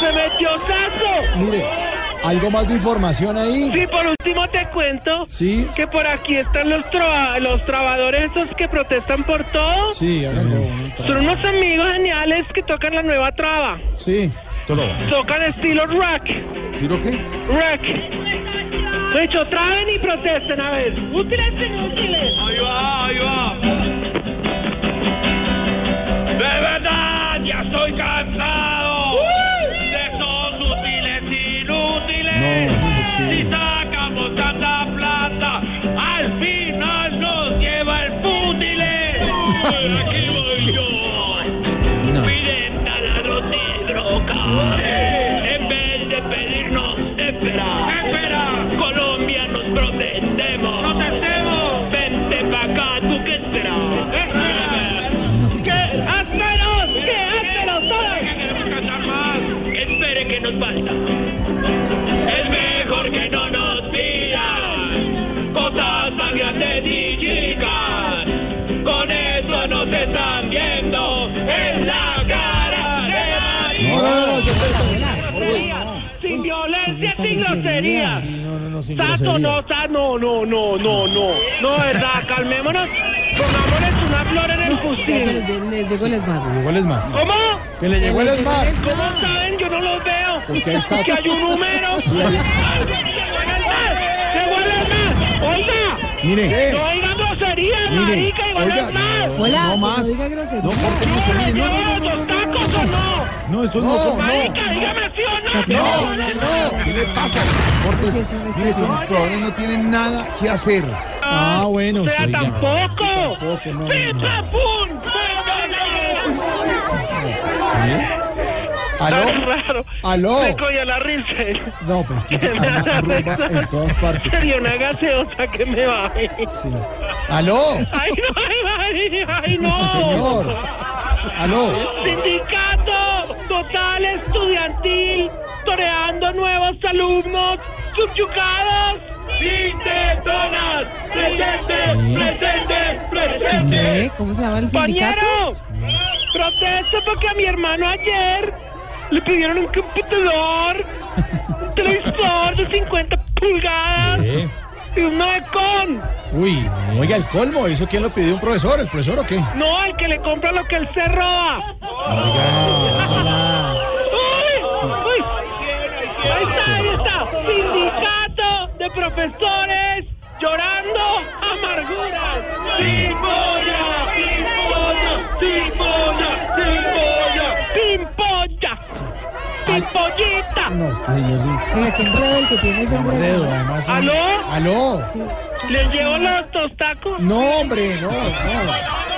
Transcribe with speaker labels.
Speaker 1: le metió saco.
Speaker 2: Mire, algo más de información ahí.
Speaker 1: Sí, por último te cuento
Speaker 2: Sí.
Speaker 1: que por aquí están los, traba- los trabajadores esos que protestan por todo.
Speaker 2: Sí, ahora no.
Speaker 1: Son unos amigos geniales que tocan la nueva traba.
Speaker 2: Sí.
Speaker 1: Tocan estilo rock.
Speaker 2: ¿Tiro qué?
Speaker 1: Rock. De hecho, traben y protesten a ver. Útiles inútiles.
Speaker 3: Ahí va, ahí va. De verdad, ya estoy cansado de esos útiles inútiles.
Speaker 2: No, ¿por qué?
Speaker 3: Si sacamos tanta plata, al final nos lleva el fútiles. Aquí voy yo. Piden taladros hidrocarburos. En vez de pedirnos esperar, esperar. Colombia nos protestemos. Protestemos. Vente pa' acá, tú que esperas.
Speaker 1: ¡Qué ásperos! ¡Qué ásperos son!
Speaker 3: Queremos cantar más. Espere que nos falta. Es mejor que no nos pidan cosas tan grandes y chicas. Con eso nos están viendo en la cara de la
Speaker 2: No, no, no, no, yo-
Speaker 1: Sin violencia, sin grosería.
Speaker 2: Sí, no, no, no, sin
Speaker 1: Tato,
Speaker 2: grosería.
Speaker 1: no, Tato, no, no, no, no, no. No, verdad, calmémonos. Pongámosles una flor en el
Speaker 4: Ya se
Speaker 1: fusil.
Speaker 4: les, les llegó el esmalte.
Speaker 2: Llegó el ESMAD.
Speaker 1: ¿Cómo?
Speaker 2: Que le llegó el
Speaker 4: Les llegó
Speaker 2: ESMAD.
Speaker 1: ¿Cómo
Speaker 4: esmalte.
Speaker 1: saben? Yo no los veo.
Speaker 2: Porque ahí está.
Speaker 1: Que hay un número. ¡Se
Speaker 2: Sí, ahí-
Speaker 1: vuelven más! ¡Se vuelven más! ¡Oiga!
Speaker 2: Mire,
Speaker 1: ¡No digan groserías,
Speaker 2: Eh. mire.
Speaker 1: marica! ¡Y
Speaker 2: Oiga,
Speaker 1: vuelven más!
Speaker 4: Hola,
Speaker 2: no
Speaker 4: que
Speaker 2: más.
Speaker 4: no diga grosería.
Speaker 2: No, corte eso, mire, no, no, no, no,
Speaker 1: ¿Los
Speaker 2: no, no,
Speaker 1: tacos o no?
Speaker 5: No, eso
Speaker 2: no son-
Speaker 1: Marica, dígame sí o no.
Speaker 2: no, no, que no. ¿Qué le pasa? Corte.
Speaker 4: Sí, es una
Speaker 2: Mire, estos
Speaker 4: expresión.
Speaker 2: jugadores no tienen nada que hacer.
Speaker 5: Ah, bueno,
Speaker 1: O sea,
Speaker 5: sí, ya.
Speaker 1: tampoco.
Speaker 2: Tampoco, no, no,
Speaker 1: ¡Pim,
Speaker 2: no.
Speaker 1: pam, pum! ¡Pum, pum, pum! Tan
Speaker 2: ¿Aló?
Speaker 1: raro.
Speaker 2: Aló.
Speaker 1: Se cogió la risa.
Speaker 2: No, pues que se arma rumba en todas partes.
Speaker 1: Sería una gaseosa que me baje.
Speaker 2: Sí. ¿Aló?
Speaker 1: ¡Ay, no! ¡Ay, ay, ay no!
Speaker 2: Señor. ¿Aló?
Speaker 1: Sindicato total estudiantil toreando nuevos alumnos subyugados. ¡Sintetonas! ¡Presente! ¡Presente! ¡Presente!
Speaker 4: ¿Eh? ¿Cómo se llama el sindicato?
Speaker 1: ¡Compañero! Protesto porque a mi hermano ayer le pidieron un computador, un televisor de 50 pulgadas
Speaker 5: ¿Eh?
Speaker 1: y un con.
Speaker 2: Uy, oiga, el colmo. ¿Eso quién lo pidió? ¿Un profesor? ¿El profesor o qué?
Speaker 1: No, el que le compra lo que él se roba. ¡Uy! ¡Uy! Ahí está, ahí está. Sindicato de profesores llorando amarguras. ¡Pimpolla! ¡Pimpolla! ¡Pimpolla! ¡Pimpolla! ¡Pimpolla! ¡Pimpollita!
Speaker 2: No, este señor sí.
Speaker 4: Oiga, qué enredo el que tiene ese
Speaker 2: Enredo,
Speaker 4: enredo.
Speaker 2: además. un-
Speaker 1: ¿Aló?
Speaker 2: ¿Aló?
Speaker 1: ¿Le llevo los tostacos?
Speaker 2: No, hombre, no, no.